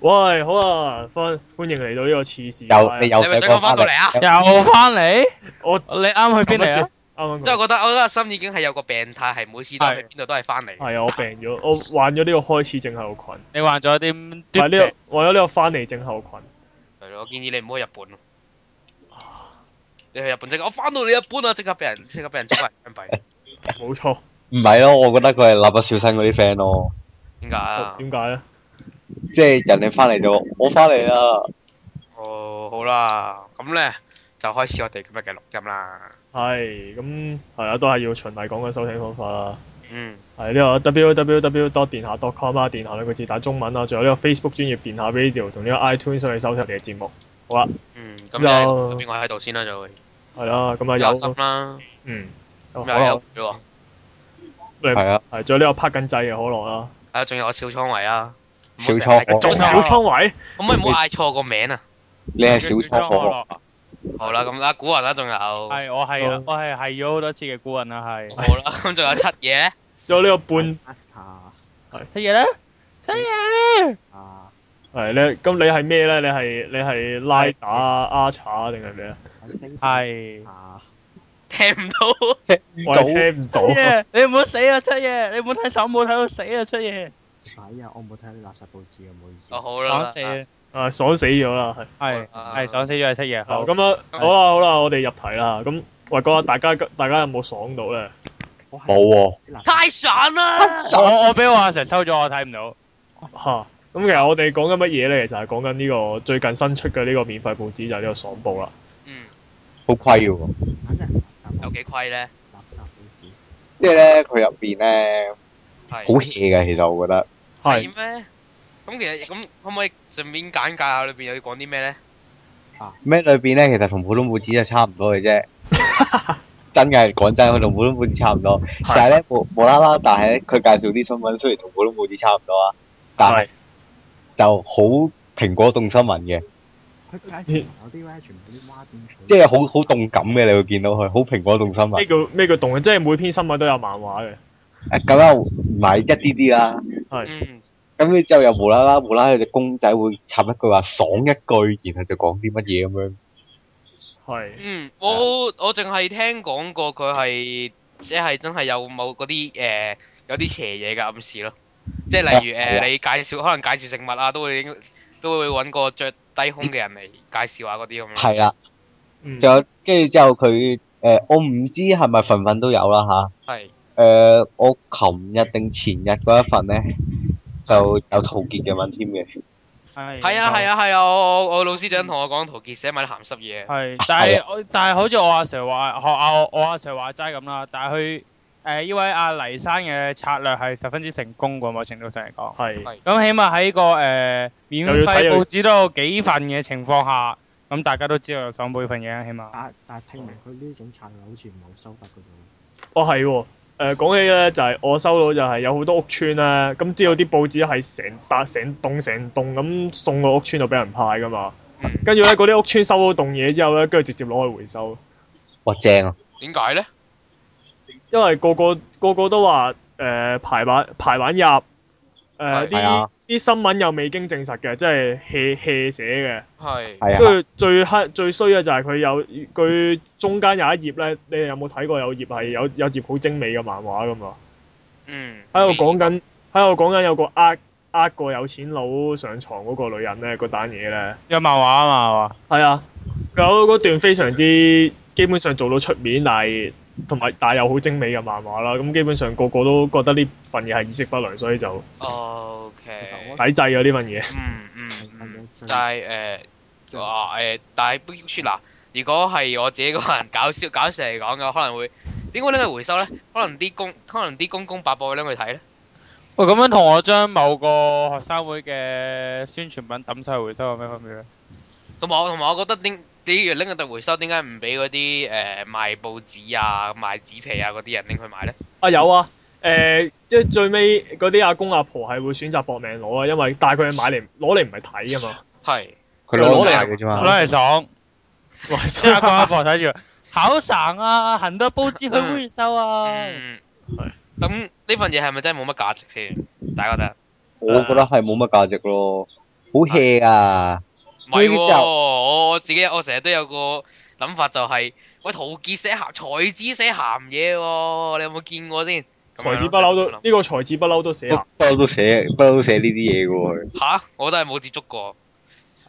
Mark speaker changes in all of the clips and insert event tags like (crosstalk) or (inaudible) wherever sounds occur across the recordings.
Speaker 1: 喂，好啊，歡歡迎嚟到呢個啊次事。
Speaker 2: 又你又
Speaker 3: 啊你
Speaker 2: 上
Speaker 3: 咪想
Speaker 2: 翻
Speaker 3: 講翻到嚟啊？
Speaker 4: 又翻嚟？
Speaker 1: 我
Speaker 4: 你啱去邊嚟啊？
Speaker 1: 啱啱
Speaker 3: 即係我覺得，我覺得心已經係有個病態，係每次都係去邊度都係翻嚟。
Speaker 1: 係啊，我病咗，我患咗呢個開始症候群，
Speaker 4: 你患咗啲
Speaker 1: 唔係啊呢個患咗呢個翻嚟症候群。
Speaker 3: 係咯，我建議你唔好去日本咯。你去日本即刻，我翻到你日本啊！即刻俾人，即刻俾人捉埋槍斃。
Speaker 1: 冇錯，
Speaker 2: 唔係咯，我覺得佢係蠟筆小新嗰啲 friend 咯，
Speaker 3: 點解啊？
Speaker 1: 點解咧？
Speaker 2: 即係人哋翻嚟就我翻嚟啦，
Speaker 3: 哦，好啦，咁咧就開始我哋今日嘅錄音啦。
Speaker 1: 係咁係啊，都係要循例講緊收聽方法啦。
Speaker 3: 嗯，
Speaker 1: 係呢個 www dot 電下 dot com 啦，電下兩個字打中文啦，仲有呢個 Facebook 專頁電下 Radio 同呢個 iTunes 上去收聽我哋嘅節目。
Speaker 3: 嗯，咁
Speaker 1: 有
Speaker 3: 就邊個喺度先啦？就會
Speaker 1: 係啦，咁
Speaker 3: 有
Speaker 1: 啊
Speaker 3: 心
Speaker 1: 有
Speaker 3: 啦，
Speaker 1: 嗯有可
Speaker 3: 咁又
Speaker 1: 樂
Speaker 3: 有咗喎，
Speaker 2: 係啊，
Speaker 1: 係仲有呢個拍緊掣嘅可樂啦。
Speaker 3: 係啊，仲有我小倉位啦。唔好
Speaker 2: 小
Speaker 3: 成日
Speaker 2: 倉
Speaker 3: 睇
Speaker 1: 仲
Speaker 2: 仲有
Speaker 1: 小湯位
Speaker 3: 可唔可以唔好嗌錯個名啊？
Speaker 2: 你係小初哥，
Speaker 3: 好啦，咁啦，古人啦，仲有好
Speaker 4: 係我係我係係咗好多次嘅古人啦，係
Speaker 3: 啦，咁仲有七嘢咧。
Speaker 1: 仲有呢個半
Speaker 5: Master
Speaker 4: 乜嘢咧？真嘢！
Speaker 5: 啊，
Speaker 1: 係咧，咁你係咩咧？你係你係拉打啊、阿查啊定係咩啊？
Speaker 5: 星
Speaker 4: 係
Speaker 5: 啊，
Speaker 3: 聽唔到，
Speaker 1: 我係聽唔到
Speaker 4: 七。爺，你唔好死啊！七爺，你唔好睇手冇睇到死啊！七爺，
Speaker 5: 睇啊，我冇睇你垃圾報紙啊，唔好意思。
Speaker 3: 哦好啦
Speaker 4: 爽，死啊！
Speaker 1: (laughs) 啊，爽死咗啦，係。
Speaker 4: 係係爽死咗係七爺，
Speaker 1: 好
Speaker 4: 好
Speaker 1: 咁啊，好啦好啦，我哋入題啦。咁喂，講下大家大家有冇爽到咧？
Speaker 5: 我係
Speaker 2: 冇喎，
Speaker 5: 垃圾
Speaker 3: 太散啦！
Speaker 4: 我我俾我阿成收咗，我睇唔到。
Speaker 1: 嚇！咁其實我哋講緊乜嘢咧？就係講緊呢個最近新出嘅呢個免費報紙就係呢個爽報啦。
Speaker 3: 嗯，
Speaker 2: 好虧喎，
Speaker 5: 反正係垃圾
Speaker 3: 有幾虧咧？
Speaker 5: 垃圾報紙，
Speaker 2: 即係咧佢入邊咧好
Speaker 3: 係
Speaker 2: hea 嘅，其實我覺得
Speaker 3: 係咩？咁其實咁可唔可以順便簡介下裏邊有要講啲咩咧？
Speaker 2: 咩裏邊咧其實同普通報紙就差唔多嘅啫，
Speaker 3: (laughs)
Speaker 2: 真嘅講真，佢同普通報紙差唔多，就係咧無無啦啦，但係咧佢介紹啲新聞雖然同普通報紙差唔多啊，但係
Speaker 1: 係
Speaker 2: 就好蘋果動新聞嘅。
Speaker 5: 佢介紹埋嗰啲咧，全部啲孖電取，
Speaker 2: 即係好好動感嘅，你會見到佢好蘋果動心啊
Speaker 1: 咩！叫咩叫動？即係每篇新聞都有漫畫嘅。
Speaker 2: 啊咁啊，唔係一啲啲啦。
Speaker 3: 嗯，
Speaker 2: 咁你之後又無啦啦，無啦啦有隻公仔會插一句話爽一句，然後就講啲乜嘢咁樣。
Speaker 1: 係
Speaker 3: 嗯，我我淨係聽講過佢係即係真係有某嗰啲誒有啲邪嘢嘅暗示咯，即係例如
Speaker 2: 係啊
Speaker 3: 誒你介紹可能介紹食物啊，都會都會揾個着低胸嘅人嚟介紹下嗰啲咁樣。
Speaker 2: 係啦，
Speaker 1: 嗯
Speaker 2: 仲有跟住之後佢誒、呃我唔知係咪份份都有啦吓，
Speaker 3: 係
Speaker 2: 誒、我琴日定前日嗰一份咧就有陶傑嘅文添嘅，
Speaker 4: 係
Speaker 3: 係啊係。啊係啊！我我我老師長同我講陶傑寫埋啲鹹濕嘢。
Speaker 4: 係，但係啊我但係好似我阿 Sir 話，學阿我我阿 Sir 話齋咁啦，但係佢誒呢位阿黎生嘅策略係十分之成功嘅，某程度上嚟講。
Speaker 1: 係
Speaker 4: 咁起碼喺個誒、呃免
Speaker 1: 又要睇
Speaker 4: 費
Speaker 1: 又要
Speaker 4: 報紙都有幾份嘅情況下，咁大家都知道有爽每份嘢，起碼
Speaker 5: 但但係聽聞佢呢種策略好似唔係好收得嘅啫
Speaker 1: 哦係喎。誒講起咧，就係我收到就係有好多屋村咧，咁知道啲報紙係成笪成棟成棟咁送個屋村度俾人派噶嘛。
Speaker 3: 嗯
Speaker 1: 跟住咧，嗰啲屋村收到棟嘢之後咧，跟住直接攞去回收，
Speaker 2: 哇正啊！
Speaker 3: 點解咧？
Speaker 1: 因為個個個個都話誒、呃排版排版入誒
Speaker 3: 係
Speaker 2: 係
Speaker 1: 啲
Speaker 2: 啊
Speaker 1: 啲新聞又未經證實嘅，即係 hea hea 寫
Speaker 3: 係
Speaker 2: 係
Speaker 1: 嘅。
Speaker 2: 啊，
Speaker 1: 跟住最黑最衰嘅就係佢有佢中間有一頁咧，你哋有冇睇過有頁係有有頁好精美嘅漫畫噶嘛？
Speaker 3: 嗯，
Speaker 1: 喺度講緊喺度講緊有個呃呃個有錢佬上床嗰個女人咧，嗰單嘢咧。
Speaker 4: 有漫畫啊嘛，係嘛？
Speaker 1: 係啊，有嗰段非常之基本上做到出面，但係同埋但係又好精美嘅漫畫啦。咁基本上個個都覺得呢份嘢係意識不良，所以就
Speaker 3: O
Speaker 5: 其實
Speaker 3: K，
Speaker 5: 我
Speaker 1: 抵制咗呢份嘢。
Speaker 3: 嗯嗯嗯，
Speaker 5: 係係
Speaker 3: 但係誒，哇誒，但係不如說嗱，如果係我自己個人搞笑 (laughs) 搞笑嚟講嘅，可能會點解拎去回收咧？可能啲公，可能啲公公伯伯會拎去睇咧。
Speaker 4: 喂，咁樣同我將某個學生會嘅宣傳品抌晒去回收有咩分別咧？
Speaker 3: 同埋我同埋我覺得點，你要拎去回收，點解唔俾嗰啲誒賣報紙啊、賣紙皮啊嗰啲人拎去買咧？
Speaker 1: 啊有啊，誒、即係最尾嗰啲阿公阿婆係會選擇搏命攞啊，因為但係佢係買嚟攞嚟唔係睇噶嘛。
Speaker 3: 係
Speaker 2: 佢攞
Speaker 1: 攞嚟
Speaker 2: 嚟賣嘅啫
Speaker 4: 攞
Speaker 2: 嘛。
Speaker 4: 嚟 (laughs) 爽，
Speaker 1: (laughs)
Speaker 4: 即係個
Speaker 3: 啊
Speaker 4: 阿婆睇住，考神啊，行到報紙去回收啊，
Speaker 3: 嗯
Speaker 1: 係，
Speaker 3: 咁呢份嘢係咪真係冇乜價值先？大家覺得？
Speaker 2: 我覺得係冇乜價值咯。好 hea 啊！
Speaker 3: 唔係
Speaker 2: 呢啲
Speaker 3: 喎，
Speaker 2: 就
Speaker 3: 我我自己我成日都有個諗法就係、喂陶傑寫鹹才子寫鹹嘢喎，你有冇見過先？咁樣
Speaker 1: 才子
Speaker 3: 咯
Speaker 1: 不嬲都
Speaker 3: 成日咁
Speaker 1: 呢個才子不嬲都寫
Speaker 2: 不
Speaker 1: 啦，
Speaker 2: 不嬲都寫，不嬲都寫呢啲嘢嘅喎佢。
Speaker 3: 諗吓、我都係冇接觸過。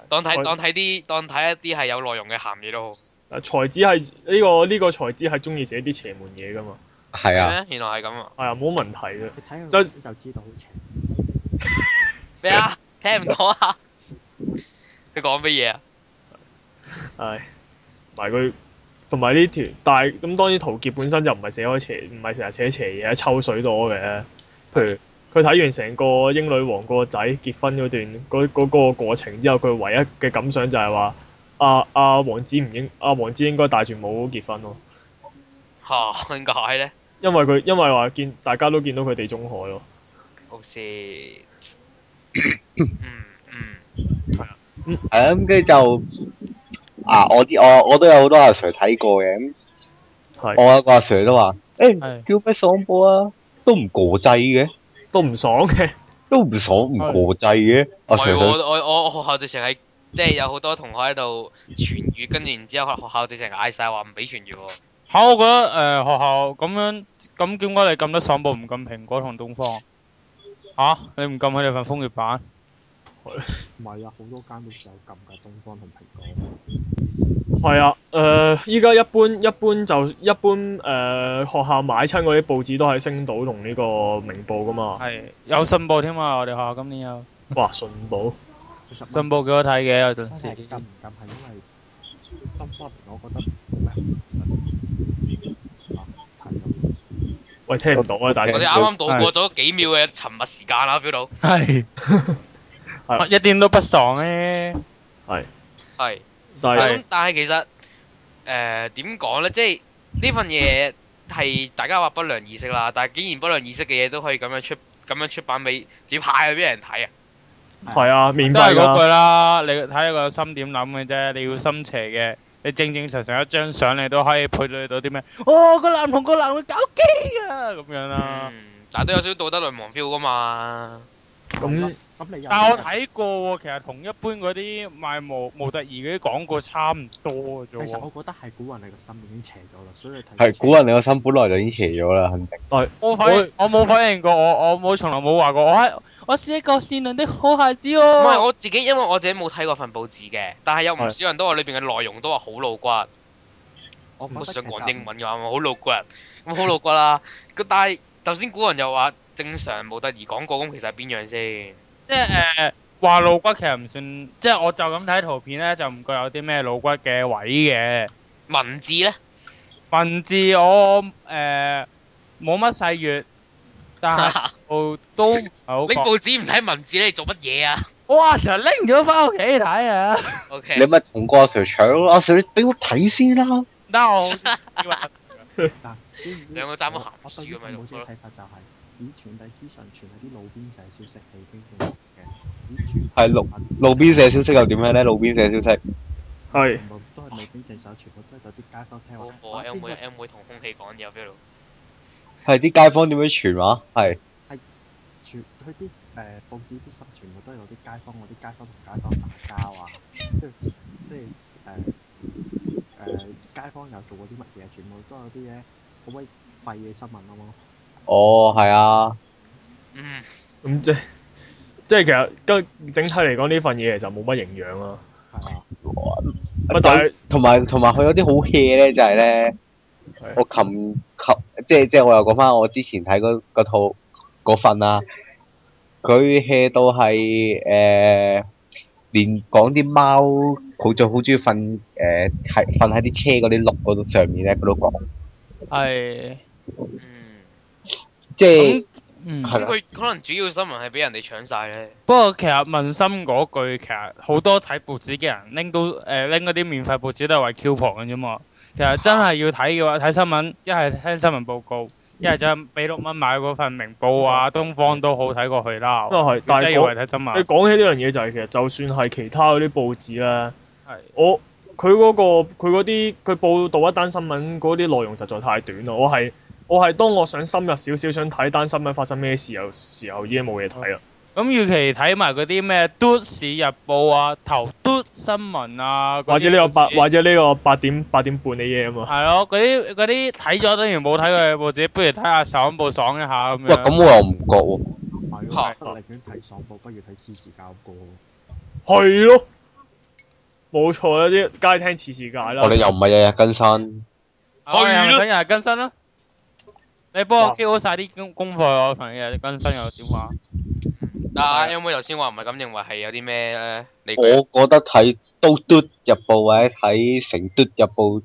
Speaker 3: 當睇
Speaker 1: 我
Speaker 3: 當睇啲當睇一啲係有內容嘅鹹嘢都好。
Speaker 1: 啊才子係呢個呢個才子係中意寫啲邪門嘢噶嘛，
Speaker 2: 係啊，
Speaker 3: 咩？原來係咁啊！
Speaker 1: 係啊冇問題嘅。
Speaker 5: 你睇
Speaker 1: 就
Speaker 5: 佢就知道好邪。
Speaker 3: 咩啊？聽唔到啊？佢講乜嘢啊？
Speaker 1: 係，同埋佢同埋呢條，但係咁當然陶傑本身就唔係寫開邪，唔係成日寫邪嘢，抽水多嘅。譬如佢睇完成個英女王個仔結婚嗰段嗰嗰、個過程之後，佢唯一嘅感想就係話：阿阿王子唔應，阿、王子應該戴住帽結婚咯，
Speaker 3: 嚇點解咧？
Speaker 1: 因為佢因為話見大家都見到佢地中海咯。
Speaker 3: 好似嗯嗯
Speaker 2: 係啊，咁跟住就啊，我啲我我都有好多阿 Sir 睇過嘅，咁
Speaker 1: 係
Speaker 2: 我有個阿 Sir 都話：，誒、
Speaker 4: 係
Speaker 2: 叫咩爽波啊，都唔過劑嘅，
Speaker 1: 都唔爽嘅，
Speaker 2: 都唔爽唔過劑嘅。
Speaker 3: 唔
Speaker 2: 阿
Speaker 3: 係
Speaker 2: Sir
Speaker 3: 喎
Speaker 2: 就
Speaker 3: 我我我學校直情係即係有好多同學喺度傳語，跟住然之後學校直情嗌晒話唔俾傳語喎。
Speaker 4: 嚇！我覺得誒、呃、學校咁樣，咁點解你禁得爽報唔禁蘋果同東方？嚇、你唔禁佢哋份風月版？
Speaker 5: 唔係啊，好多間都有撳㗎，東方同蘋果。
Speaker 1: 係啊，誒、依家一般一般就一般誒、學校買親嗰啲報紙都係星島同呢個明報噶嘛，
Speaker 4: 係有信報添啊！我哋學校今年有
Speaker 1: 哇信報。
Speaker 5: 其實
Speaker 4: 信報幾好睇嘅，有陣
Speaker 5: 問題係
Speaker 4: 時
Speaker 5: 撳唔撳係因為東方蘋果覺得冇咩好食啊睇到
Speaker 1: 喂，聽唔到啊，大佬
Speaker 2: 我
Speaker 3: 我
Speaker 2: 聽到。
Speaker 3: 哋啱啱度過咗幾秒嘅沉默時間啦，feel 到
Speaker 4: (laughs) 係
Speaker 1: 係
Speaker 4: 一啲都不爽咧。
Speaker 3: 係。
Speaker 1: 但係
Speaker 3: 咁但係其實誒點講呢？即係呢份嘢係大家話不良意識啦，但係竟然不良意識嘅嘢都可以咁樣出咁樣出版俾，直接派俾人睇啊！
Speaker 1: 係啊，免
Speaker 4: 都
Speaker 1: 費
Speaker 4: 係嗰
Speaker 1: 㗎。
Speaker 4: 句啦，你睇個心點諗嘅啫，你要心邪嘅，你正正常常一張相你都可以配對到啲咩？哦，個男同個男會搞基啊，咁樣啦。
Speaker 3: 嗯，但係都有少少道德淪亡 feel 噶嘛。
Speaker 1: 啊咁
Speaker 5: 咁你又
Speaker 4: 但係我睇過喎，其實同一般嗰啲賣模模特兒嗰啲廣告差唔多嘅啫
Speaker 5: 其實
Speaker 4: 喎。
Speaker 5: 我覺得係古人你個心已經邪咗啦，所以你睇
Speaker 2: 係古人你個心本來就已經邪咗啦，肯定。
Speaker 4: 我反應我冇反應過，我我冇從來冇話過，我係我是一個善良的好孩子
Speaker 3: 唔係
Speaker 4: 哦。
Speaker 3: 我自己，因為我自己冇睇過份報紙嘅，但係有唔
Speaker 1: 係
Speaker 3: 少人都話裏邊嘅內容都話好露骨。
Speaker 5: 我
Speaker 3: 我
Speaker 5: 覺
Speaker 3: 啊想
Speaker 5: 得
Speaker 3: 講英文嘅話，我好露骨人，咁好露骨啦。咁但係頭先古人又話正常冇得而講過，咁其實係邊樣先？
Speaker 4: 即係誒話露骨其實唔算，即係我就咁睇圖片咧，就唔覺有啲咩露骨嘅位嘅。
Speaker 3: 文字呢？
Speaker 4: 文字我誒冇乜細閱，但係
Speaker 3: (laughs)
Speaker 4: 就都唔係好
Speaker 3: 拎
Speaker 4: 覺。
Speaker 3: 報紙唔睇文字咧，你做乜嘢啊
Speaker 4: 我阿 Sir 拎咗翻屋企睇啊！
Speaker 3: ？O
Speaker 2: 你
Speaker 3: K，
Speaker 2: 咪同個阿 Sir 搶咯，阿 Sir 你俾我睇先啦。
Speaker 4: 但我以為
Speaker 5: 嗱，知唔知
Speaker 3: 兩個斬個鹹
Speaker 5: 我對
Speaker 3: 魚
Speaker 5: 呢
Speaker 3: 咁咪
Speaker 5: 份
Speaker 3: 用
Speaker 5: 報
Speaker 3: 咗
Speaker 5: 紙
Speaker 3: 咯
Speaker 5: 嘅睇法就係，以前地之上傳係啲路邊社消息係已經好嘅，以前
Speaker 2: 係路路邊社消息又點樣咧？路邊社消息
Speaker 1: 係
Speaker 5: 全部都係未經證實，全部都係有啲街坊聽
Speaker 3: 好
Speaker 5: 話
Speaker 3: 恐。怖啊
Speaker 5: 啊邊
Speaker 3: ！M
Speaker 5: 個
Speaker 3: 妹 M 妹同空氣講嘢，feel 到
Speaker 2: 係啲街坊點樣傳話？係
Speaker 5: 全佢啲誒報紙啲新全部都係有啲街坊，嗰啲街坊同街坊打交啊，跟住即係誒誒街坊又做過啲乜嘢，全部都有啲嘢好鬼廢嘅新聞啊嘛。
Speaker 2: 哦，係啊。
Speaker 3: 嗯，
Speaker 1: 咁即即係其實跟整體嚟講呢份嘢其實冇乜營養啦。
Speaker 5: 係啊，
Speaker 1: 喂但係
Speaker 2: 同埋同埋佢有啲好 hea 咧，就係咧
Speaker 1: 係，
Speaker 2: 我琴琴即係即係我又講翻我之前睇嗰嗰套嗰份啦，佢 hea 到係誒、呃，連講啲貓好就好中意瞓誒係瞓喺啲車嗰啲轆嗰度上面咧，佢都講，
Speaker 4: 係
Speaker 3: 嗯，
Speaker 2: 即係
Speaker 4: 咁嗯。
Speaker 2: 係
Speaker 3: 咁
Speaker 2: 啦
Speaker 3: 佢可能主要新聞係俾人哋搶晒咧。
Speaker 4: 不過其實問心嗰句，其實好多睇報紙嘅人拎到誒拎嗰啲免費報紙都係為 coupon 嘅啫嘛。其實真係要睇嘅話， (laughs) 睇新聞一係聽新聞報告，一係就俾六蚊買嗰份明報
Speaker 1: 哦
Speaker 4: 啊、東方都好睇過去啦。
Speaker 1: 都啊係，但
Speaker 4: 真
Speaker 1: 係
Speaker 4: 係要為
Speaker 1: 講
Speaker 4: 睇新
Speaker 1: 哦你
Speaker 4: 聞。
Speaker 1: 講起呢樣嘢就係其實就算係其他嗰啲報紙咧，
Speaker 4: 係
Speaker 1: 我佢嗰、個佢嗰啲佢報導一單新聞嗰啲內容實在太短啦。我係我係當我想深入少少想睇單新聞發生咩事有時候已經冇嘢睇啦。
Speaker 4: 咁與其睇埋嗰啲咩《嘟市日報》啊、《頭嘟新聞》啊，
Speaker 1: 或者呢個八
Speaker 4: 八
Speaker 1: 或者呢個八點八點半嘅嘢啊嘛。
Speaker 4: 係咯，嗰啲嗰啲睇咗等於冇睇佢嘅報紙，不如睇下《首報》爽一下咁
Speaker 2: 喂，
Speaker 4: 樣。
Speaker 2: 咁我又唔覺喎。
Speaker 5: 唔係
Speaker 3: 嚇
Speaker 5: 喎，得寧願睇爽報，不如睇芝士教歌。
Speaker 1: 係咯，冇錯啦，啲街聽次次界啦。
Speaker 2: 我哋哦又唔係日日更新，
Speaker 4: 我
Speaker 3: 去
Speaker 4: 哋
Speaker 3: 咯
Speaker 4: 日日更新啦。你幫
Speaker 1: 哇
Speaker 4: 我 Q 好晒啲功功課，我同日日更新又點話？
Speaker 3: 但係有冇頭先話唔係咁認為係有啲咩咧？你
Speaker 2: 我覺得睇都嘟日報或者睇成嘟日報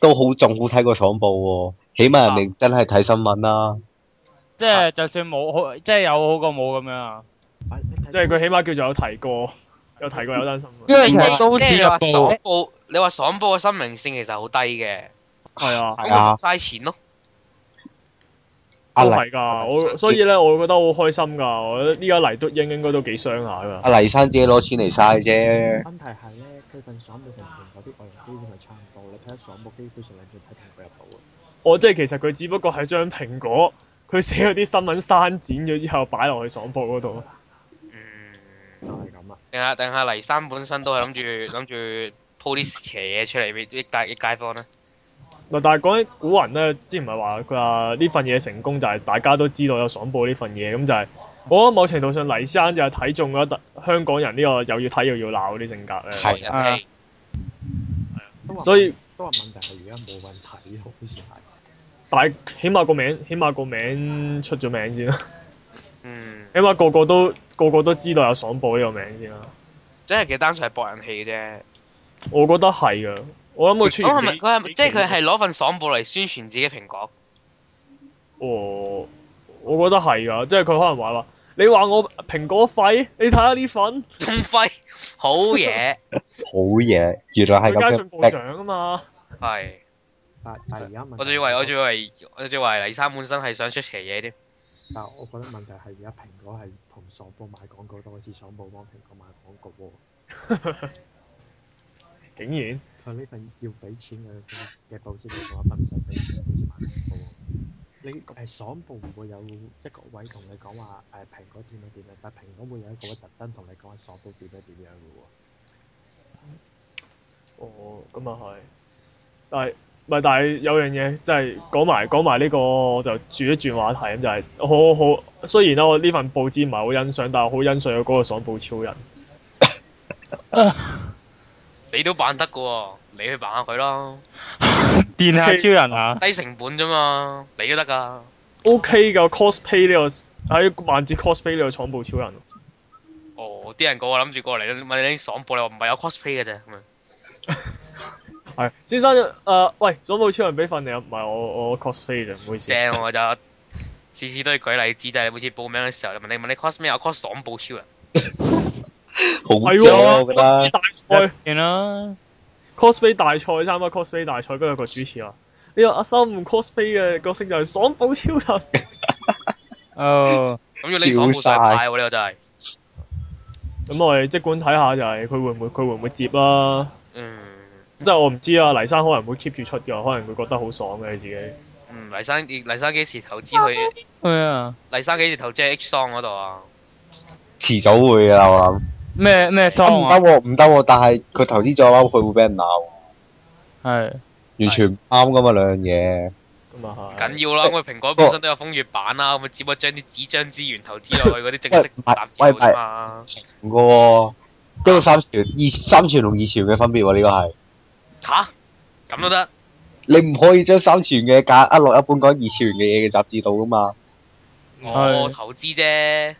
Speaker 2: 都好仲好睇過爽報喎，起碼
Speaker 1: 啊
Speaker 2: 人哋真係睇新聞啦。
Speaker 4: 即係就算冇好，即係有好過冇咁樣啊。
Speaker 1: 即係佢起碼叫做有提過，有提過有單新聞。
Speaker 4: 因為其
Speaker 3: 你
Speaker 4: 實都市
Speaker 3: 即係
Speaker 4: 日
Speaker 3: 你話
Speaker 4: 報
Speaker 3: 爽報，你話爽報嘅新明性其實好低嘅，
Speaker 1: 係啊，
Speaker 2: 係
Speaker 3: 咁
Speaker 2: 啊
Speaker 3: 咪嘥錢咯。
Speaker 2: 阿
Speaker 1: 都
Speaker 2: 黎
Speaker 1: 係㗎。我所以咧，我覺得好開心㗎。我覺得依家黎篤英應該都幾傷下㗎。
Speaker 2: 阿黎生自己攞錢嚟晒啫，
Speaker 5: 問題係咧，佢份爽報同蘋果啲外人基本係差唔多，你睇得爽報基本上你要睇蘋果日報啊。
Speaker 1: 我即係其實佢只不過係將蘋果佢寫嗰啲新聞刪剪咗之後擺落去爽報嗰度。
Speaker 3: 嗯，
Speaker 5: 就係咁啊，
Speaker 3: 定下定下黎生本身都係諗住 (laughs) 諗住鋪啲邪嘢出嚟俾益大益街坊啦。
Speaker 1: 嗱，但係講起古人咧，之前唔係話佢話呢份嘢成功就係大家都知道有爽報呢份嘢，咁就係、我覺得某程度上黎生就係睇中咗特香港人呢個又要睇又要鬧嗰啲性格咧。
Speaker 2: 係
Speaker 3: 人氣
Speaker 5: 都話
Speaker 1: 所以
Speaker 5: 都話問題係而家冇人睇，好似係。
Speaker 1: 但係起碼個名，起碼個名出咗名先啦。 (laughs)
Speaker 3: 嗯，
Speaker 1: 起碼個個都個個都知道有爽報呢個名先啦。
Speaker 3: 真係幾單純係博人氣嘅啫。
Speaker 1: 我覺得係噶，我諗佢出
Speaker 3: 哦咁係咪
Speaker 1: 現
Speaker 3: 佢係咪即係佢係攞份爽報嚟宣傳自己蘋果？
Speaker 1: 哦，我覺得係噶，即係佢可能話話你話我蘋果廢，你睇下呢份，
Speaker 3: 中輝好嘢，
Speaker 2: 好嘢，原來係
Speaker 1: 佢加
Speaker 2: 咁
Speaker 1: 信報
Speaker 2: 樣。
Speaker 1: 獎啊嘛。
Speaker 3: 係
Speaker 5: 但但而家問題係
Speaker 3: 我仲以為我仲以為我仲以為黎生本身係想出邪嘢添。
Speaker 5: 但我覺得問題係而家蘋果係同爽報買廣告多過似爽報幫蘋果買廣告喎。
Speaker 1: 竟然
Speaker 5: 佢呢份要俾錢嘅嘅報紙，你做一份唔使俾錢嘅報紙買廣告喎。你誒爽報唔會有一個位同你講話誒蘋果點樣點樣，但蘋果會有一個位特登同你講話爽報點樣點樣嘅喎。
Speaker 1: 哦，咁啊係，但係唔係？但係有樣嘢即係講埋講埋呢個，我就轉一轉話題咁就係、好好雖然啦，啊我呢份報紙唔係好欣賞，但係我好欣賞嗰個爽報超人。
Speaker 3: 你都扮得嘅喎，你去扮下佢咯，
Speaker 4: 電下超人啊！
Speaker 3: 低成本啫嘛，你都得㗎。
Speaker 1: O K 噶哦 cosplay 呢、個喺萬字 cosplay 呢個爽報超人，
Speaker 3: 哦，啲人個個諗住過嚟問你啲爽報，你話唔係有 cosplay 嘅啫咁樣。
Speaker 1: 係先生誒、呃喂，爽報超人俾份你啊，唔係我我 cosplay 啫，唔好意思。
Speaker 3: 正喎我就次次都要舉例子，就係每次報名嘅時候，你問你問你 cos 咩啊我，cos 爽報超人。
Speaker 2: 好
Speaker 1: 係
Speaker 2: 嘢啊，
Speaker 1: 喎
Speaker 2: 我覺得
Speaker 1: ，cosplay 大賽
Speaker 4: 見啦，
Speaker 1: ，cosplay 大賽參加 cosplay 大賽，跟住個主持啊話：呢個阿心 cosplay 嘅角色就係爽報超人。
Speaker 4: 哦，
Speaker 3: 咁要你爽報上派喎，呢個真係。
Speaker 1: 咁我哋即管睇下就係佢會唔會佢會唔會接啦、
Speaker 3: 嗯
Speaker 1: 即係我唔知啊，黎生可能會 keep 住出㗎，可能佢覺得好爽嘅佢自己。
Speaker 3: 嗯，黎生黎生幾時投資去？
Speaker 4: 係啊，
Speaker 3: 黎生幾時投資喺 H 桑嗰度啊？
Speaker 2: 遲早會㗎啦，我諗。
Speaker 4: 咩咩
Speaker 2: 啊唔
Speaker 4: 喪啊，
Speaker 2: 得喎，唔得喎，但係佢投資咗嘅話，佢會俾人鬧，
Speaker 4: 係
Speaker 2: 完全唔啱噶嘛兩樣嘢。
Speaker 1: 咁啊係。
Speaker 3: 緊要啦，因為蘋果本身都有風月版啦，咁咪只不過將啲紙張資源投資落去嗰啲正式
Speaker 2: (laughs) 喂
Speaker 3: 雜誌度啫嘛。
Speaker 2: 唔噶
Speaker 1: 啊
Speaker 2: 喎，因為三傳二三傳同二傳嘅分別喎，呢個係
Speaker 3: 吓？咁都得？
Speaker 2: 你唔可以將三傳嘅價呃落一本講二傳嘅嘢嘅雜誌度噶嘛。
Speaker 3: 我
Speaker 4: 係
Speaker 3: 投資啫。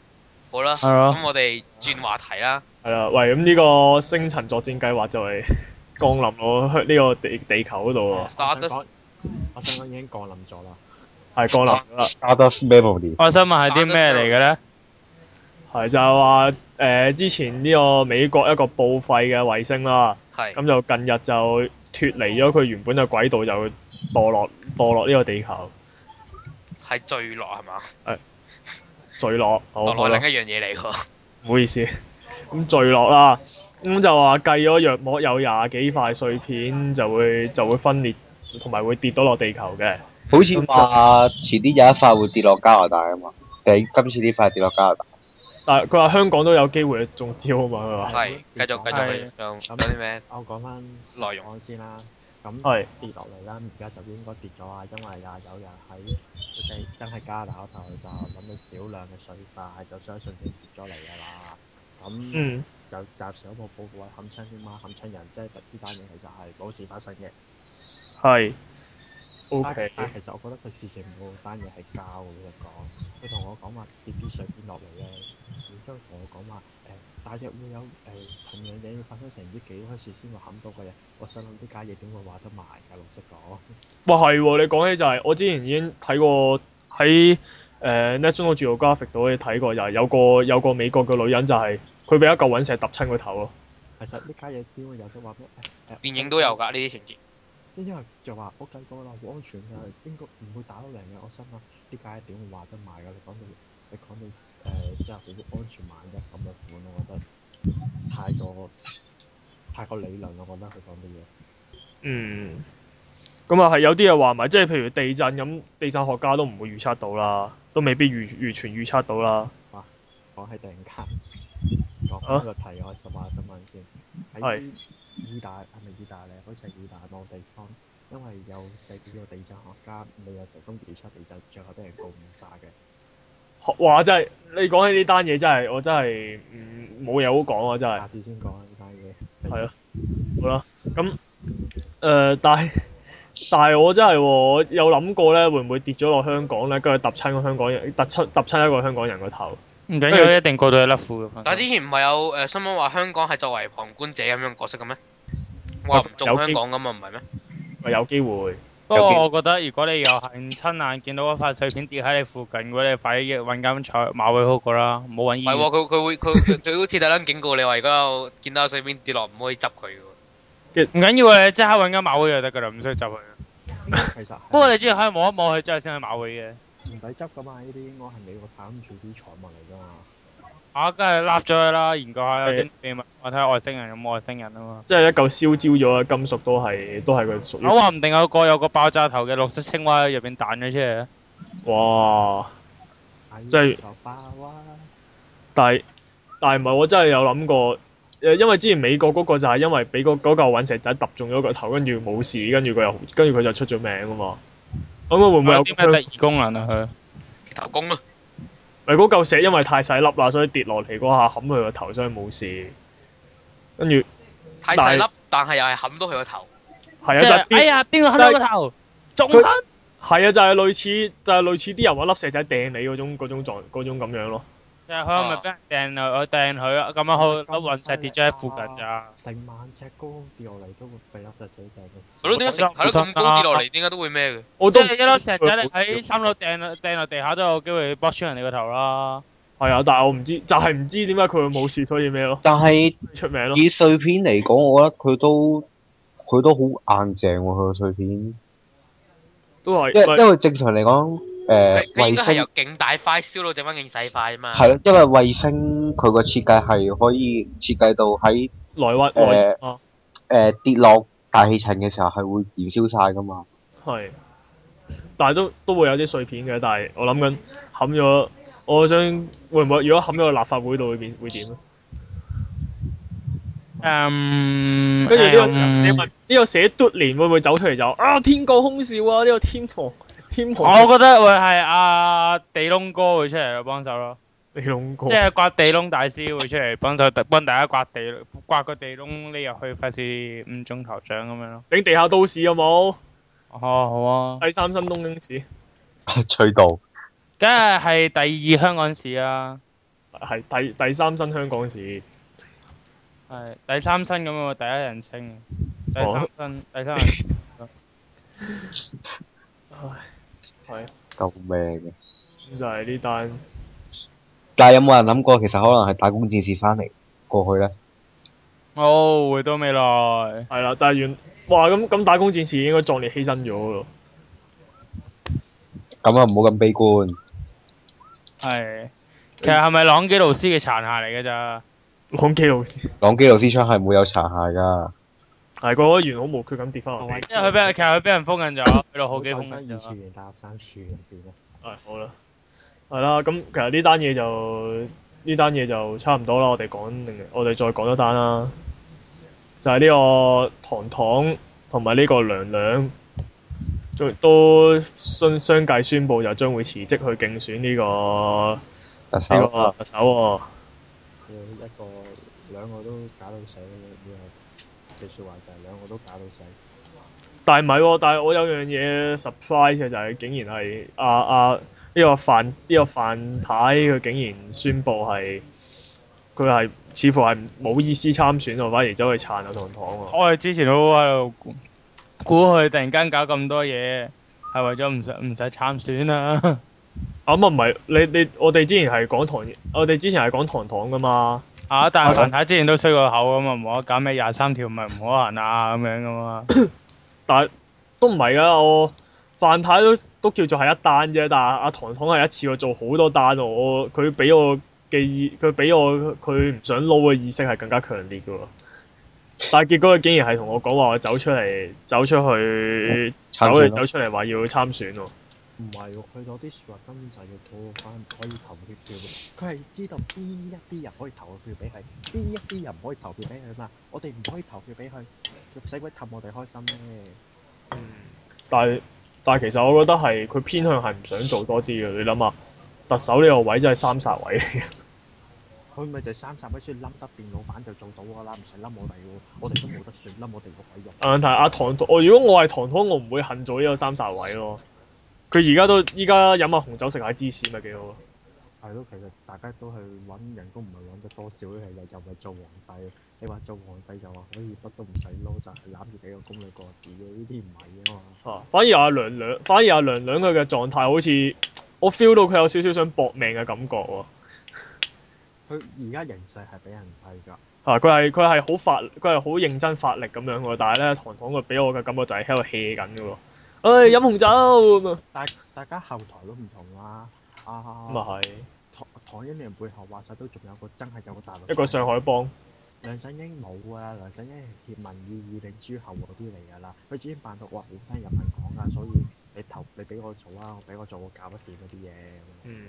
Speaker 3: 好啦，
Speaker 4: 係咯
Speaker 3: 咁我哋轉話題啦。
Speaker 1: 係啦，喂，咁呢個星塵作戰計劃就係降臨我香 (laughs) 呢個地地球嗰度啊
Speaker 5: 我想講
Speaker 3: Stardust，
Speaker 5: 我想講已經降臨咗啦。
Speaker 1: 喎，係降臨咗啦，
Speaker 2: Stardust Memory
Speaker 4: 我想問係啲咩嚟嘅咧？
Speaker 1: 係就係話誒之前呢個美國一個報廢嘅衛星啦，
Speaker 3: 係
Speaker 1: 咁就近日就脱離咗佢原本嘅軌道，就墮落墮落呢個地球
Speaker 3: 係墜落係嘛？
Speaker 1: 墜落，好好
Speaker 3: 墮落
Speaker 1: 啦
Speaker 3: 係另一樣嘢嚟喎。
Speaker 1: 唔好意思， (laughs) 咁墜落啦。咁就話計咗藥膜有廿幾塊碎片就會就會分裂，同埋會跌到落地球嘅。
Speaker 2: 好似話遲啲有一塊會跌落加拿大啊嘛，定係今次呢塊跌落加拿大？
Speaker 1: 但係佢話香港都有機會中招啊嘛，佢話
Speaker 3: 係繼續繼續去仲仲有啲咩？
Speaker 5: 我講翻
Speaker 3: 內容
Speaker 5: 我先啦。咁
Speaker 1: 係
Speaker 5: 跌落嚟啦，而家就應該跌咗啊，因為啊有人喺即係真係加拿大嗰頭就揾到少量嘅水塊，就相信佢跌咗嚟㗎啦。咁
Speaker 1: 嗯
Speaker 5: 就暫時有冇報告啊冚親添嘛，冚親人即係呢單嘢其實係冇事發生嘅。
Speaker 1: 係。O
Speaker 5: 但
Speaker 1: K
Speaker 5: 但其實我覺得佢事前冇單嘢係交嘅佢講，佢同我講話跌啲水邊落嚟咧，然之後同我講話誒，大約會有誒、同樣嘢要發生成億幾開始先會冚到嘅嘢，我心諗呢家嘢點會話得埋㗎？老實講，
Speaker 1: 哇係喎！你講起就係、我之前已經睇過喺誒、呃 National Geographic 度可以睇過，又係有個有個美國嘅女人就係佢俾一嚿隕石揼親個頭咯。
Speaker 5: 其實呢家嘢邊會有得話咩誒誒？
Speaker 3: 電影都有㗎呢啲情節。
Speaker 5: 因為就話我計過啦，好安全㗎，應該唔會打到人嘅。我心諗啊呢家嘢點會話得埋㗎？你講到你講到誒、真係好安全萬一咁嘅款，我覺得太過太過理論啦，我覺得佢講嘅嘢。
Speaker 1: 嗯，咁啊係有啲嘢話埋，即係譬如地震咁，地震學家都唔會預測到啦，都未必預完全預測到啦。
Speaker 5: 講起突然間講翻個題外實話新聞先，喺
Speaker 1: 啊係
Speaker 5: 意大係咪意大利？好似係意大利某地方，因為有四個地震學家未有成功預測地震，最後俾人告誤殺嘅。
Speaker 1: 學哇！真係你講起呢單嘢真係，我真係唔冇嘢好講啊！真係
Speaker 5: 下次先講啦呢單嘢。
Speaker 1: 係啊好啦，咁誒、呃但係 (laughs) 但係我真係喎有諗過咧，會唔會跌咗落香港咧，跟住揼親個香港人，揼親揼親一個香港人個頭？
Speaker 4: 唔緊要，一定過到去甩褲嘅。
Speaker 3: 但係之前唔係有誒新聞話香港係作為旁觀者咁樣角色嘅咩？話唔中
Speaker 1: 有
Speaker 3: 香
Speaker 1: 機
Speaker 3: 港咁啊，唔係咩？
Speaker 1: 話有機會
Speaker 4: 不過我覺得如果你又幸親眼見到一塊碎片跌喺你附近，如果你快啲揾間彩馬會好過啦，唔好揾醫
Speaker 3: 唔係
Speaker 4: 院。
Speaker 3: 喎，佢佢會佢佢佢好似特登警告你話，如果有見到有水邊跌落，唔可以執佢嘅喎。
Speaker 4: 唔緊要啊，你即刻揾間馬會就得㗎啦，唔需要執佢。
Speaker 5: 其實係
Speaker 4: 不過你
Speaker 1: 啊
Speaker 4: 只要可以望一望佢之後先去馬會嘅。
Speaker 5: 唔使執噶嘛，呢啲應該係美國攬住啲財物嚟㗎嘛。
Speaker 4: 啊，梗係笠咗佢啦，研究下有啲秘密，我睇下外星人有冇外星人啊嘛。
Speaker 1: 即係一嚿燒焦咗嘅金屬都係都係佢屬於
Speaker 4: 我話唔定有個有個爆炸頭嘅綠色青蛙喺入邊彈咗出嚟啊。
Speaker 1: 哇！即係
Speaker 5: 手包啊！
Speaker 1: 但係但係唔係我真係有諗過，誒，因為之前美國嗰個就係因為俾嗰嗰嚿隕石仔揼中咗個頭，跟住冇事，跟住佢又跟住佢就出咗名啊嘛。咁會唔會有
Speaker 4: 有啲咩特異功能啊？佢
Speaker 3: 頭公咯，
Speaker 1: 咪嗰嚿石因為太細粒啦，所以跌落嚟嗰下冚佢個頭，所以冇事。跟住
Speaker 3: 太細粒，但係又係冚到佢個頭。
Speaker 1: 係啊，
Speaker 4: 即
Speaker 1: 就
Speaker 4: 係
Speaker 1: 係
Speaker 4: 哎
Speaker 1: 啲
Speaker 4: 呀，邊個喺我個頭？仲肯
Speaker 1: 係啊，就係類似就係類似啲人揾粒石仔掟你嗰種嗰種狀嗰種咁樣咯。
Speaker 4: 就係佢係咪俾人掟落我掟佢啊？咁樣好粒隕石跌咗喺附近咋？
Speaker 5: 成萬隻高掉落嚟都會被粒石仔掟
Speaker 3: 係
Speaker 5: 到。
Speaker 3: 咯，點解成係咯咁高跌落嚟，點解都會咩嘅？
Speaker 1: 我
Speaker 4: 即
Speaker 1: 都
Speaker 4: 係一粒石仔，你喺三樓掟落掟落地下都有機會剝穿人哋個頭啦。
Speaker 1: 係啊，但係我唔知就係唔知點解佢會冇事，所以咩咯
Speaker 2: 但係
Speaker 1: 出名咯。
Speaker 2: 以碎片嚟講，我覺得佢都佢都好硬淨喎，佢個碎片，因
Speaker 1: 都係
Speaker 2: 為因為正常嚟講，誒、
Speaker 3: 佢佢應該
Speaker 2: 衛
Speaker 3: 係
Speaker 2: 星
Speaker 3: 由勁大塊燒到整翻勁細塊啊嘛。
Speaker 2: 係咯，因為衛星佢個設計係可以設計到喺
Speaker 1: 內屈
Speaker 2: 誒
Speaker 1: 內啊，
Speaker 2: 誒、跌落大氣層嘅時候係會燃燒晒噶嘛。 (laughs)
Speaker 1: 係，但係都都會有啲碎片嘅。但係我諗緊冚咗，我想會唔會如果冚咗個立法會度會變會點咧？
Speaker 4: 嗯，
Speaker 1: 跟住呢個
Speaker 4: 嗯
Speaker 1: 寫文，呢個寫嘟連會唔會走出嚟就啊天降空兆啊？呢個天蓬 (laughs) 天蓬，
Speaker 4: 我覺得會係阿地窿哥會出嚟幫手咯，
Speaker 1: 你龍哥
Speaker 4: 即係刮地窿大師會出嚟幫手，幫大家刮地刮個地窿呢入去，費事誤中頭獎咁樣咯。
Speaker 1: 整地下都市有冇？
Speaker 4: 哦，好啊，
Speaker 1: 第三新東京市
Speaker 2: 隧道
Speaker 4: 梗係係第二香港市啊，
Speaker 1: 係第第三新香港市，
Speaker 4: 係第三身咁啊，第一人稱，第三身，第三人稱 (laughs)
Speaker 2: 救命嘅！
Speaker 1: 咁就係呢單
Speaker 2: 但係有冇人諗過，其實可能係打工戰士翻嚟過去咧？
Speaker 4: 哦，回到未來，
Speaker 1: 係啦。但係原哇咁咁打工戰士應該壯烈犧牲咗咯。
Speaker 2: 咁啊，唔好咁悲觀。
Speaker 4: 係其實係咪朗基老師嘅殘骸嚟嘅咋？
Speaker 1: 朗基老師
Speaker 2: 朗基老師槍係唔會有殘骸噶。
Speaker 1: 係嗰個原好無缺咁跌翻落
Speaker 5: 各
Speaker 1: 嚟
Speaker 5: 位。
Speaker 4: 因為佢俾人，其實佢俾人封印咗，去到好幾封
Speaker 5: 好震
Speaker 4: 印
Speaker 5: 身二次
Speaker 4: 咗。
Speaker 5: 元大學生處入邊啊！
Speaker 1: 係好啦，係啦，咁其實呢單嘢就呢單嘢就差唔多啦，我哋講另我哋再講一單啦，就係、呢個糖糖同埋呢個娘娘，都都相相繼宣布就將會辭職去競選呢、個
Speaker 2: 特
Speaker 1: 呢、
Speaker 2: 首
Speaker 1: 個特首喎、
Speaker 5: 佢一個兩個都搞到死，呢個嘅説話就係兩個都搞到死。
Speaker 1: 但係唔係喎，但係我有樣嘢 surprise 嘅就係竟然係啊啊呢、個范呢、個范太佢竟然宣布係佢係似乎係冇意思參選喎，反而走去撐阿糖糖喎。
Speaker 4: 我哋之前都喺度估估佢突然間搞咁多嘢，係為咗唔使唔使參選啦。
Speaker 1: 啊咁啊唔係你你我哋之前係講糖，我哋之前係講糖糖噶嘛，
Speaker 4: (laughs) 啊！但
Speaker 1: 我
Speaker 4: 係文太之前都吹過口咁啊，唔可揀咩廿三條咪唔可行啊咁樣噶嘛。
Speaker 1: 但係都唔係噶，我范太都都叫做係一單啫，但係阿糖糖係一次過做好多單喎，我佢俾我嘅意，佢俾我佢唔想撈嘅意識係更加強烈噶喎。但係結果佢竟然係同我講話，我走出嚟，走出去，走
Speaker 2: 嗯參選
Speaker 1: 嚟
Speaker 2: 咯
Speaker 1: 走出嚟話要參選喎。
Speaker 5: 唔係喎，佢攞啲説話根本就係要討好翻可以投票票嘅，佢係知道邊一啲人可以投票俾佢，邊一啲人唔可以投票俾佢嘛。我哋唔可以投票俾佢，佢使鬼氹我哋開心咩？
Speaker 1: 但係但係其實我覺得係佢偏向係唔想做多啲嘅。你諗下，特首呢個位真係三殺位。
Speaker 5: 佢咪就係三十蚊先冧得掂老闆就做到㗎啦，唔使冧我哋喎，我哋都冇得算冧我哋個鬼用。
Speaker 1: 但係阿唐唐，我如果我係唐唐，我唔會恨做呢個三煞位咯。佢而家都依家飲下紅酒食下芝士咪幾好咯。
Speaker 5: 係咯，其實大家都係揾人工，唔係揾得多少咧，又又唔係做皇帝。你話做皇帝就話可以乜都唔使撈，就係攬住幾個宮女過日子嘅，呢啲唔係啊嘛。
Speaker 1: 啊反而阿娘娘，反而阿娘娘佢嘅狀態好似我 feel 到佢有少少想搏命嘅感覺喎。
Speaker 5: 佢而家形勢係俾人批㗎，
Speaker 1: 嚇啊佢係佢係好發，佢係好認真發力咁樣喎。但係咧，唐唐佢俾我嘅感覺就係喺度 hea 緊嘅喎。唉、飲紅酒咁啊，
Speaker 5: 但係大家後台都唔同啦。
Speaker 1: 咁
Speaker 5: 啊，
Speaker 1: 啊係
Speaker 5: 唐唐英年背後話晒都仲有個真係有個大陸
Speaker 1: 一個上海幫。
Speaker 5: 梁振英冇啊，梁振英係協民意議定諸侯嗰啲嚟㗎啦，佢專扮到哇好聽人民講㗎，所以你投你俾我做啊，我俾我做我搞得掂嗰啲嘢咁樣。
Speaker 1: 嗯。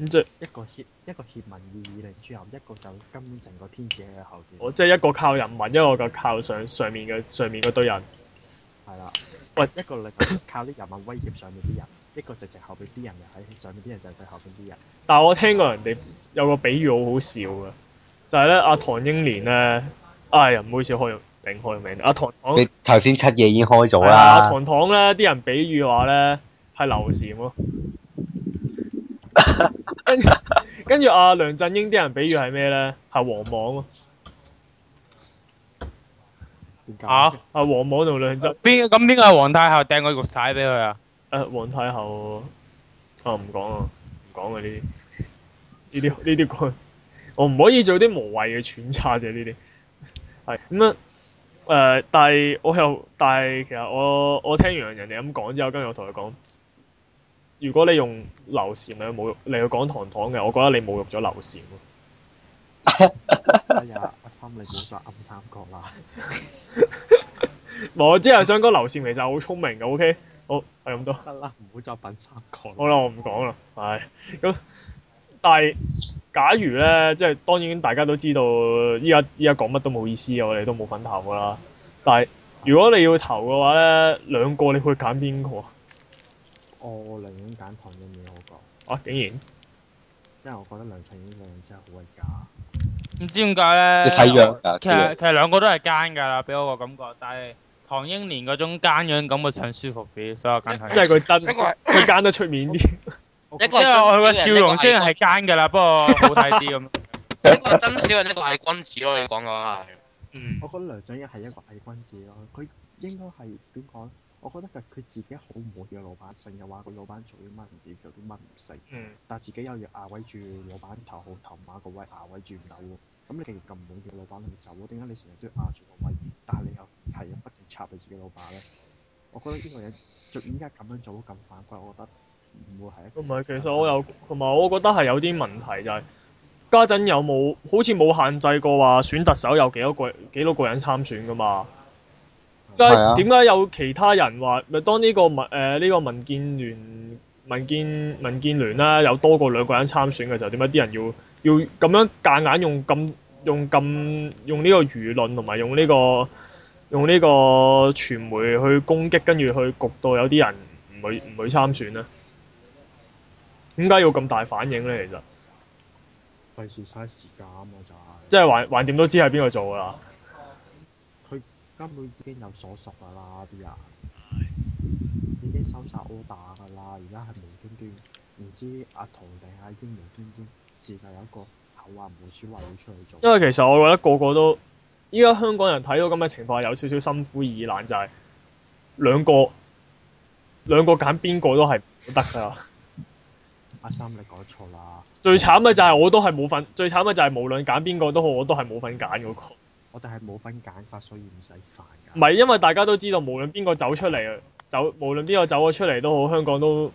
Speaker 1: 咁即係
Speaker 5: 一個協一個協民意議定諸侯，一個就根本成個天子喺佢後邊。
Speaker 1: 我即係一個靠人民，一個就靠上上面嘅上面嗰堆人。
Speaker 5: 係啦，
Speaker 1: 喂
Speaker 5: 一個力量
Speaker 1: (coughs)
Speaker 5: 靠啲人民威脅上面啲人，一個直直後邊啲人就喺上面啲人就係佢後邊啲人。
Speaker 1: 但係我聽過人哋有個比喻好好笑嘅，就係咧阿唐英年咧，哎呀唔好意思開頂開名，阿唐唐
Speaker 2: 你頭先七夜已經開咗
Speaker 1: 係啊阿
Speaker 2: 啦，
Speaker 1: 唐唐咧啲人比喻話咧係劉禪咯，跟住跟住阿梁振英啲人比喻係咩咧？係黃莽咯，
Speaker 5: 點解？
Speaker 4: 嚇
Speaker 1: 阿黃莽同梁振
Speaker 4: 邊咁邊個係皇太后掟個玉璽俾佢啊？
Speaker 1: 誒皇呃太后啊唔講啊，唔講啊呢啲呢啲呢啲講，我唔可以做啲無謂嘅揣測嘅呢啲。係咁樣誒，但係我又但係其實我我聽完人哋咁講之後，跟住我同佢講，如果你用劉禪嚟侮辱嚟去講堂堂嘅，我覺得你侮辱咗劉禪喎。
Speaker 5: 哎呀，阿心你唔好再暗三角啦。
Speaker 1: 唔係我之後想講劉禪其實好聰明嘅，OK，好係咁多。
Speaker 5: 得啦，唔好再品三角啦。
Speaker 1: 好啦，我唔講啦，係咁。但係假如咧，即係當然大家都知道，依家依家講乜都冇意思，我哋都冇份投噶啦。但係如果你要投嘅話咧，兩個你會揀邊個啊
Speaker 5: 我哦寧願揀唐英年好過，
Speaker 1: 啊？竟然
Speaker 5: 因為我覺得梁振英個人真係好鬼假。
Speaker 4: 唔知點解咧？
Speaker 1: 啊
Speaker 2: 你睇樣㗎，
Speaker 4: 其
Speaker 2: 睇樣
Speaker 4: 實其實兩個都係奸㗎啦，俾我個感覺。但係唐英年嗰種奸樣感覺上舒服啲，所以我揀佢。
Speaker 1: 即係佢真，
Speaker 3: 一個係
Speaker 1: 佢奸得出面啲。
Speaker 3: 一
Speaker 4: 因
Speaker 3: 個
Speaker 4: 為我佢
Speaker 3: 係
Speaker 4: 個笑
Speaker 3: 真小人
Speaker 4: 容雖然係奸㗎啦，不過好睇 (laughs) 啲咁。
Speaker 3: 一個係真小人，一個係君子咯。你講講係。
Speaker 1: 嗯，
Speaker 5: 我覺得梁振英係一個偽君子咯，佢應該係點講咧？我覺得佢佢自己好唔滿意個老闆，成日話個老闆做啲乜唔掂，做啲乜唔成，
Speaker 1: 嗯
Speaker 5: 但自己又要牙威住老闆頭好頭馬個位，牙威住唔到喎。咁你既然咁唔滿意個老闆，你咪走咯。點解你成日都要壓住個位，但係你又係不斷插你自己老闆咧？我覺得呢個人就依家咁樣做咁反骨，我覺得唔會係一個
Speaker 1: 唔係，啊其實我有同埋，我覺得係有啲問題就係、家陣有冇好似冇限制過話選特首有幾多個幾多個人參選噶嘛？點
Speaker 2: 係啊
Speaker 1: 解點解有其他人話咪當呢個民誒呢個民建聯民建民建聯啦，有多過兩個人參選嘅時候，點解啲人要要咁樣夾硬用咁用咁用呢個輿論同埋用呢、個用呢個傳媒去攻擊，跟住去焗到有啲人唔去唔去參選呢？點解要咁大反應呢？其實
Speaker 5: 費事嘥時間啊嘛，就係、
Speaker 1: 即係還還掂都知係邊個做㗎啦。
Speaker 5: 根本已經有所屬噶啦啲人，已經收晒 order 噶啦，而家係無端端唔知阿陶定阿英無端端自係有一個口話無鼠話要出去做，
Speaker 1: 因為其實我覺得個個都依家香港人睇到咁嘅情況，有少少心灰意冷，就係、兩個兩個揀邊個都係唔得㗎。
Speaker 5: 阿三你講錯啦，
Speaker 1: 最慘嘅就係我都係冇份，最慘嘅就係無論揀邊個都好，我都係冇份揀嗰個。
Speaker 5: 我哋係冇分揀法，所以唔使煩
Speaker 1: 唔
Speaker 5: 㗎。
Speaker 1: 係因為大家都知道，無論邊個走出嚟，走無論邊個走咗出嚟都好，香港都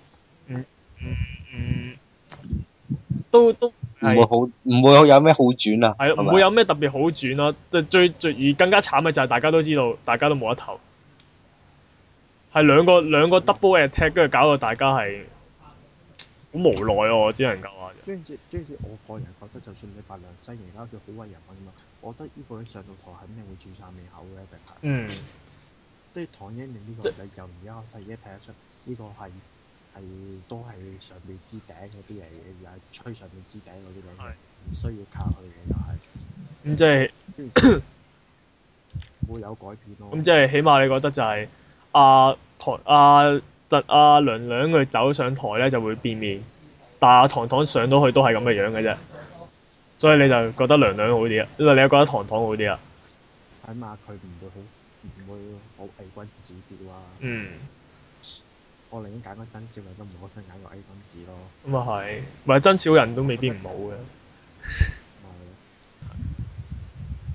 Speaker 1: 唔唔唔都都
Speaker 2: 唔會
Speaker 1: 係
Speaker 2: 好，唔會有咩好轉啊？
Speaker 1: 係
Speaker 2: 係
Speaker 1: 唔
Speaker 2: 咪
Speaker 1: 會有咩特別好轉啦。最最最而更加慘嘅就係大家都知道，大家都冇得投，係兩個兩個 double attack，跟住搞到大家係好無奈喎、我只能夠話。
Speaker 5: 張志張志，我個人覺得，就算你話梁西而家叫好為人民咁樣，我覺得呢個人上到台肯定會轉晒面口嘅，一定係。
Speaker 1: 嗯，
Speaker 5: 即係唐英年呢個，你由而家細嘢睇得出，呢個係係都係上面之頂嗰啲嚟嘅，又係吹上面之頂嗰啲嚟嘅，唔需要靠佢嘅又係。
Speaker 1: 嗯咁即係。
Speaker 5: 會有改變咯。
Speaker 1: 咁即係起碼你覺得就係阿台阿特阿娘娘佢走上台咧就會變面，但阿糖糖上到去都係咁嘅樣嘅啫，所以你就覺得娘娘好啲啊，因為你又覺得糖糖好啲啊，
Speaker 5: 起碼佢唔會好唔會好 A 君子啲啊！
Speaker 1: 嗯，
Speaker 5: 我寧願揀個真少女都唔好想揀個 A 君子咯。
Speaker 1: 咁啊係，唔係真小人都未必唔好嘅，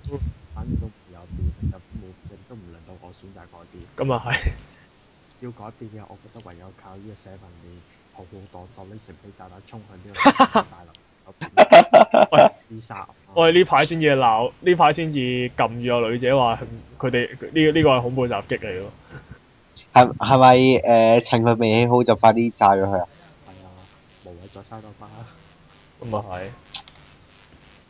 Speaker 5: 咪反正都唔有變，就冇亦都唔輪到我選擇改變。
Speaker 1: 咁啊係， (laughs)
Speaker 5: 要改變嘅，我覺得唯有靠呢個社民連浩浩蕩蕩拎成批炸彈衝向呢個
Speaker 1: (laughs)
Speaker 5: 大樓。
Speaker 1: 喂，
Speaker 5: 自殺！
Speaker 1: 我哋呢排先至鬧，呢排先至撳住個女仔話佢哋呢呢個係恐怖襲擊嚟咯，
Speaker 2: 係係咪誒趁佢未起好就快啲炸咗佢啊？
Speaker 5: 係啊，無謂再嘥多巴啦。
Speaker 1: 咁啊係。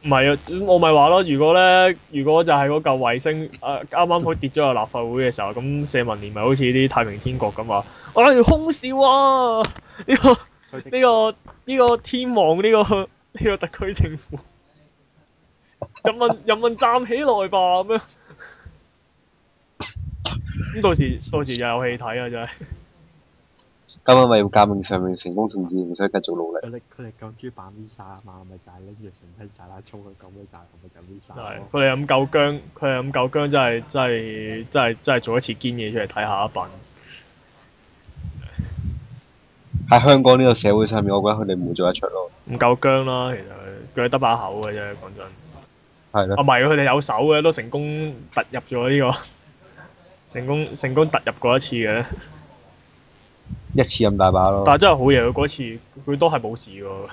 Speaker 1: 唔係啊，我咪話咯，如果咧，如果就係嗰嚿衛星誒啱啱好跌咗入立法會嘅時候，咁社民連咪好似啲太平天國咁話，我哋要空少啊！呢、個呢、
Speaker 5: 佢哋
Speaker 1: 個呢、個天王呢、個 (laughs) 呢、個特區政 (laughs) 府，人民人民站起來吧咁樣。咁到時到時又有戲睇啊！真係
Speaker 2: 今日咪要革命上面成功同志唔使繼續努力。
Speaker 5: 佢哋佢哋咁中意扮 Visa 啊嘛，咪就係拎住成批炸彈衝去咁樣炸彈，咪就 Visa
Speaker 1: 真係
Speaker 5: 咯。
Speaker 1: 佢哋咁夠姜，佢哋咁夠姜，真係真係真係真係做一次堅嘢出嚟睇下一笨。
Speaker 2: 喺香港呢個社會上面，我覺得佢哋唔會做得出咯。
Speaker 1: 唔夠姜啦，其實佢係得把口嘅啫，講真。啊，
Speaker 2: 係咯，
Speaker 1: 唔係佢哋有手嘅，都成功突入咗呢、個， (laughs) 成功成功突入過一次嘅。
Speaker 2: 一次咁大把咯。
Speaker 1: 但係真係好嘢，佢嗰次佢都係冇事嘅喎。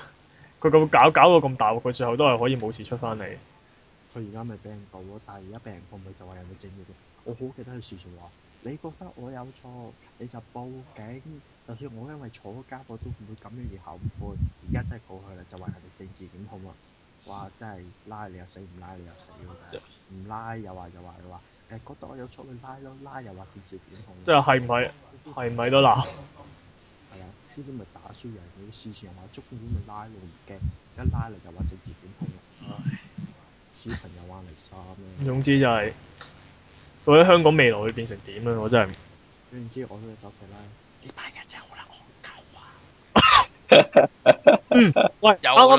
Speaker 1: 佢咁搞搞到咁大鑊，佢最後都係可以冇事出翻嚟。
Speaker 5: 佢而家咪俾人告咯，但係而家俾人告咪就話人哋正義嘅。我好記得佢時常話：你覺得我有錯，你就報警。就算我因為坐監，我都唔會咁樣而後悔。而家真係告佢啦，就話人哋政治檢控啊！哇，真係拉你又死，唔拉你又死喎真係唔拉又話又話又話誒，覺得我有錯咪拉咯，拉又話政治檢控。
Speaker 1: 即係係唔係係唔係都鬧？
Speaker 5: 係啊，呢啲咪打輸人嘅事前又話捉妖咪拉咯，唔驚，一拉嚟又話政治檢控啦。小朋友玩嚟三啦，
Speaker 1: 總之就係、到底香港未來會變成點咧？我真係
Speaker 5: 總之我都係走佢啦。呢班人真係好撚戇鳩啊！
Speaker 1: 喂，啱
Speaker 3: 又
Speaker 1: 啱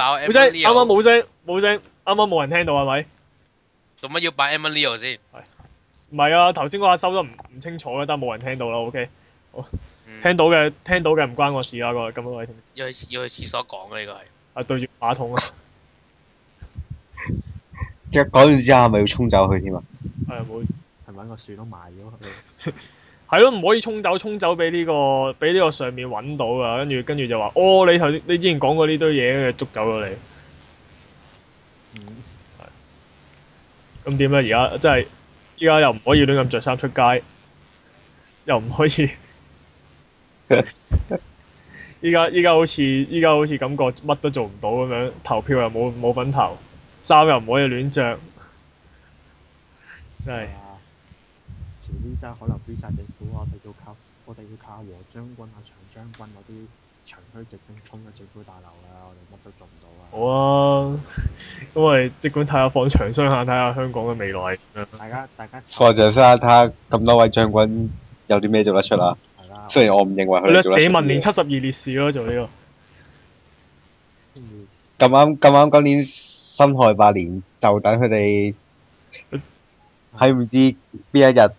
Speaker 3: 鬧
Speaker 1: 冇聲，啱啱冇
Speaker 3: Emily
Speaker 1: 聲冇聲，啱啱冇人聽到係咪？
Speaker 3: 做乜要扮 Emily 先？
Speaker 1: 唔係啊，頭先嗰下收得唔唔清楚嘅，但係冇人聽到啦。OK，
Speaker 3: 嗯
Speaker 1: 聽到嘅聽到嘅唔關我事啦。個咁多位聽眾
Speaker 3: 要去要去廁所講嘅呢個係。
Speaker 1: 啊，對住馬桶啊，
Speaker 2: 即係講完之後，係咪要衝走佢添啊？
Speaker 1: 係啊冇
Speaker 5: 係揾個樹都埋咗佢。
Speaker 1: 係咯，唔可以沖走，沖走俾呢、個俾呢個上面揾到啊。跟住跟住就話哦，你頭先你之前講過呢堆嘢，跟住捉走咗你。
Speaker 5: 嗯，
Speaker 1: 咁點咧？而家真係依家又唔可以亂咁着衫出街，又唔可以， (laughs) 依家依家好似依家好似感覺乜都做唔到咁樣，投票又冇冇份投，衫又唔可以亂着，真係
Speaker 5: 係啊，遲啲真係可能必殺政府，我哋要靠我哋要靠和將軍啊、長將軍嗰啲長驅直進衝咗政府大樓啦，我哋乜都做唔到啊！
Speaker 1: 好啊。咁我哋即管睇下放長雙眼，睇下香港嘅未來係點樣。
Speaker 5: 大家大家
Speaker 2: 放長沙睇下咁多位將軍有啲咩做得出啊？
Speaker 1: 哦
Speaker 5: 係啦，
Speaker 2: 雖然我唔認為
Speaker 1: 佢
Speaker 2: 佢
Speaker 1: 咧
Speaker 2: 哋做得
Speaker 1: 寫
Speaker 2: 出
Speaker 1: 文年
Speaker 2: 嘢
Speaker 1: 七十二烈士咯，做呢個。
Speaker 2: 咁啱咁啱今年辛亥八年，就等佢哋
Speaker 1: 嗯
Speaker 2: 喺唔知邊一日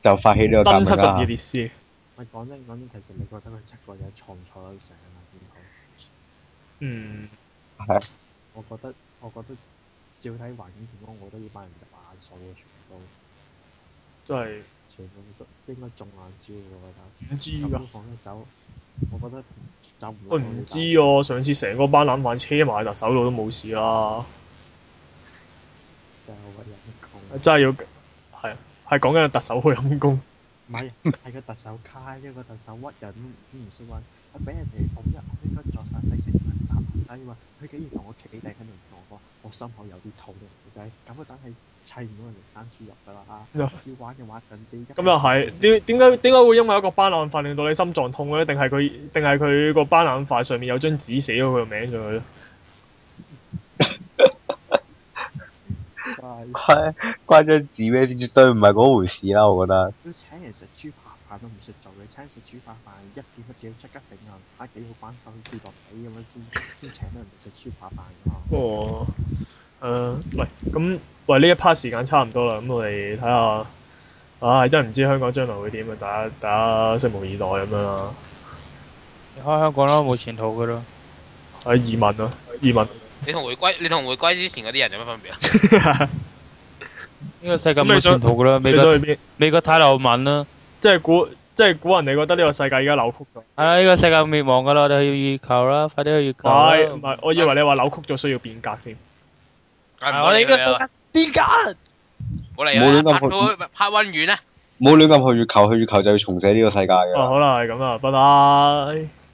Speaker 2: 就發起呢個啊
Speaker 1: 真
Speaker 2: 革
Speaker 1: 七十二
Speaker 2: 命啦。
Speaker 1: 烈士，
Speaker 5: 喂，講真講真，其實你覺得佢七個嘢錯唔錯得成啊？點好？
Speaker 1: 嗯，
Speaker 5: 我覺得我覺得照睇環境情況，我都要班人入眼數嘅，全部都
Speaker 1: 真係
Speaker 5: 全部都即係應該中眼招嘅，我覺得。
Speaker 1: 唔知
Speaker 5: 咁
Speaker 1: 㗎
Speaker 5: 樣。放得走，我覺得走唔
Speaker 1: 我
Speaker 5: 甩
Speaker 1: 唔
Speaker 5: 呢
Speaker 1: 知
Speaker 5: 單
Speaker 1: 啊！我上次成個班攬飯車埋特首度都冇事啊啦，
Speaker 5: 真係好鬼陰公。
Speaker 1: 真係要係啊係講緊特首去陰公。
Speaker 5: 唔係，係個特首卡啫，個特首屈人都唔識屈，佢俾人哋拱一，我應該作殺息息人拍埋低嘛。佢竟然同我企定喺度同我講，我心口有啲痛嘅，就係咁啊，梗係砌唔到人哋生豬肉㗎啦。
Speaker 1: 呀
Speaker 5: 要玩嘅玩緊啲。
Speaker 1: 咁又係點點解點解會因為一個班攬飯令到你心臟痛咧？定係佢定係佢個班攬飯上面有張紙寫咗佢個名上去咧？
Speaker 5: 係
Speaker 2: 關關張紙咩事？絕對唔係嗰回事啦，我覺得。
Speaker 5: 要請人食豬扒飯都唔識做嘅，請人食豬扒飯一點一點即刻整啊，打幾個班手跌落地咁樣先先請到人哋食豬扒飯㗎嘛。
Speaker 1: 哦，誒、呃喂，咁喂呢一 part 時間差唔多啦，咁我哋睇下，唉、真係唔知香港將來會點啊！大家大家拭目以待咁樣啦。
Speaker 4: 離開香港咯，冇前途噶咯。
Speaker 1: 喺移民啊，移民
Speaker 3: 你同回歸，你同回歸之前嗰啲人有乜分別啊？
Speaker 4: 呢個世界
Speaker 1: 咁你
Speaker 4: 冇
Speaker 1: 想
Speaker 4: 前途噶啦，
Speaker 1: 你
Speaker 4: 美
Speaker 1: 想去
Speaker 4: 國
Speaker 1: 邊？
Speaker 4: 美國太流氓啦，
Speaker 1: 即係估，即係估人哋覺得呢個世界而家扭曲咗。
Speaker 4: 係啦，呢個世界滅亡噶啦，我哋去月球啦，快啲去月
Speaker 1: 唔
Speaker 4: 球啦。
Speaker 1: 係唔係，我以為你話扭曲咗需要變革添。
Speaker 4: 係我哋
Speaker 3: 嘅
Speaker 4: 呢個邊間？
Speaker 3: 冇嚟
Speaker 2: 冇亂
Speaker 3: 啦，
Speaker 2: 咁
Speaker 3: 拍
Speaker 2: 去
Speaker 3: 到拍温遠啦。
Speaker 2: 冇亂咁去月球，去月球就要重寫呢個世界㗎
Speaker 1: 哦，
Speaker 2: 啦。
Speaker 1: 好啦，係咁啦，拜拜。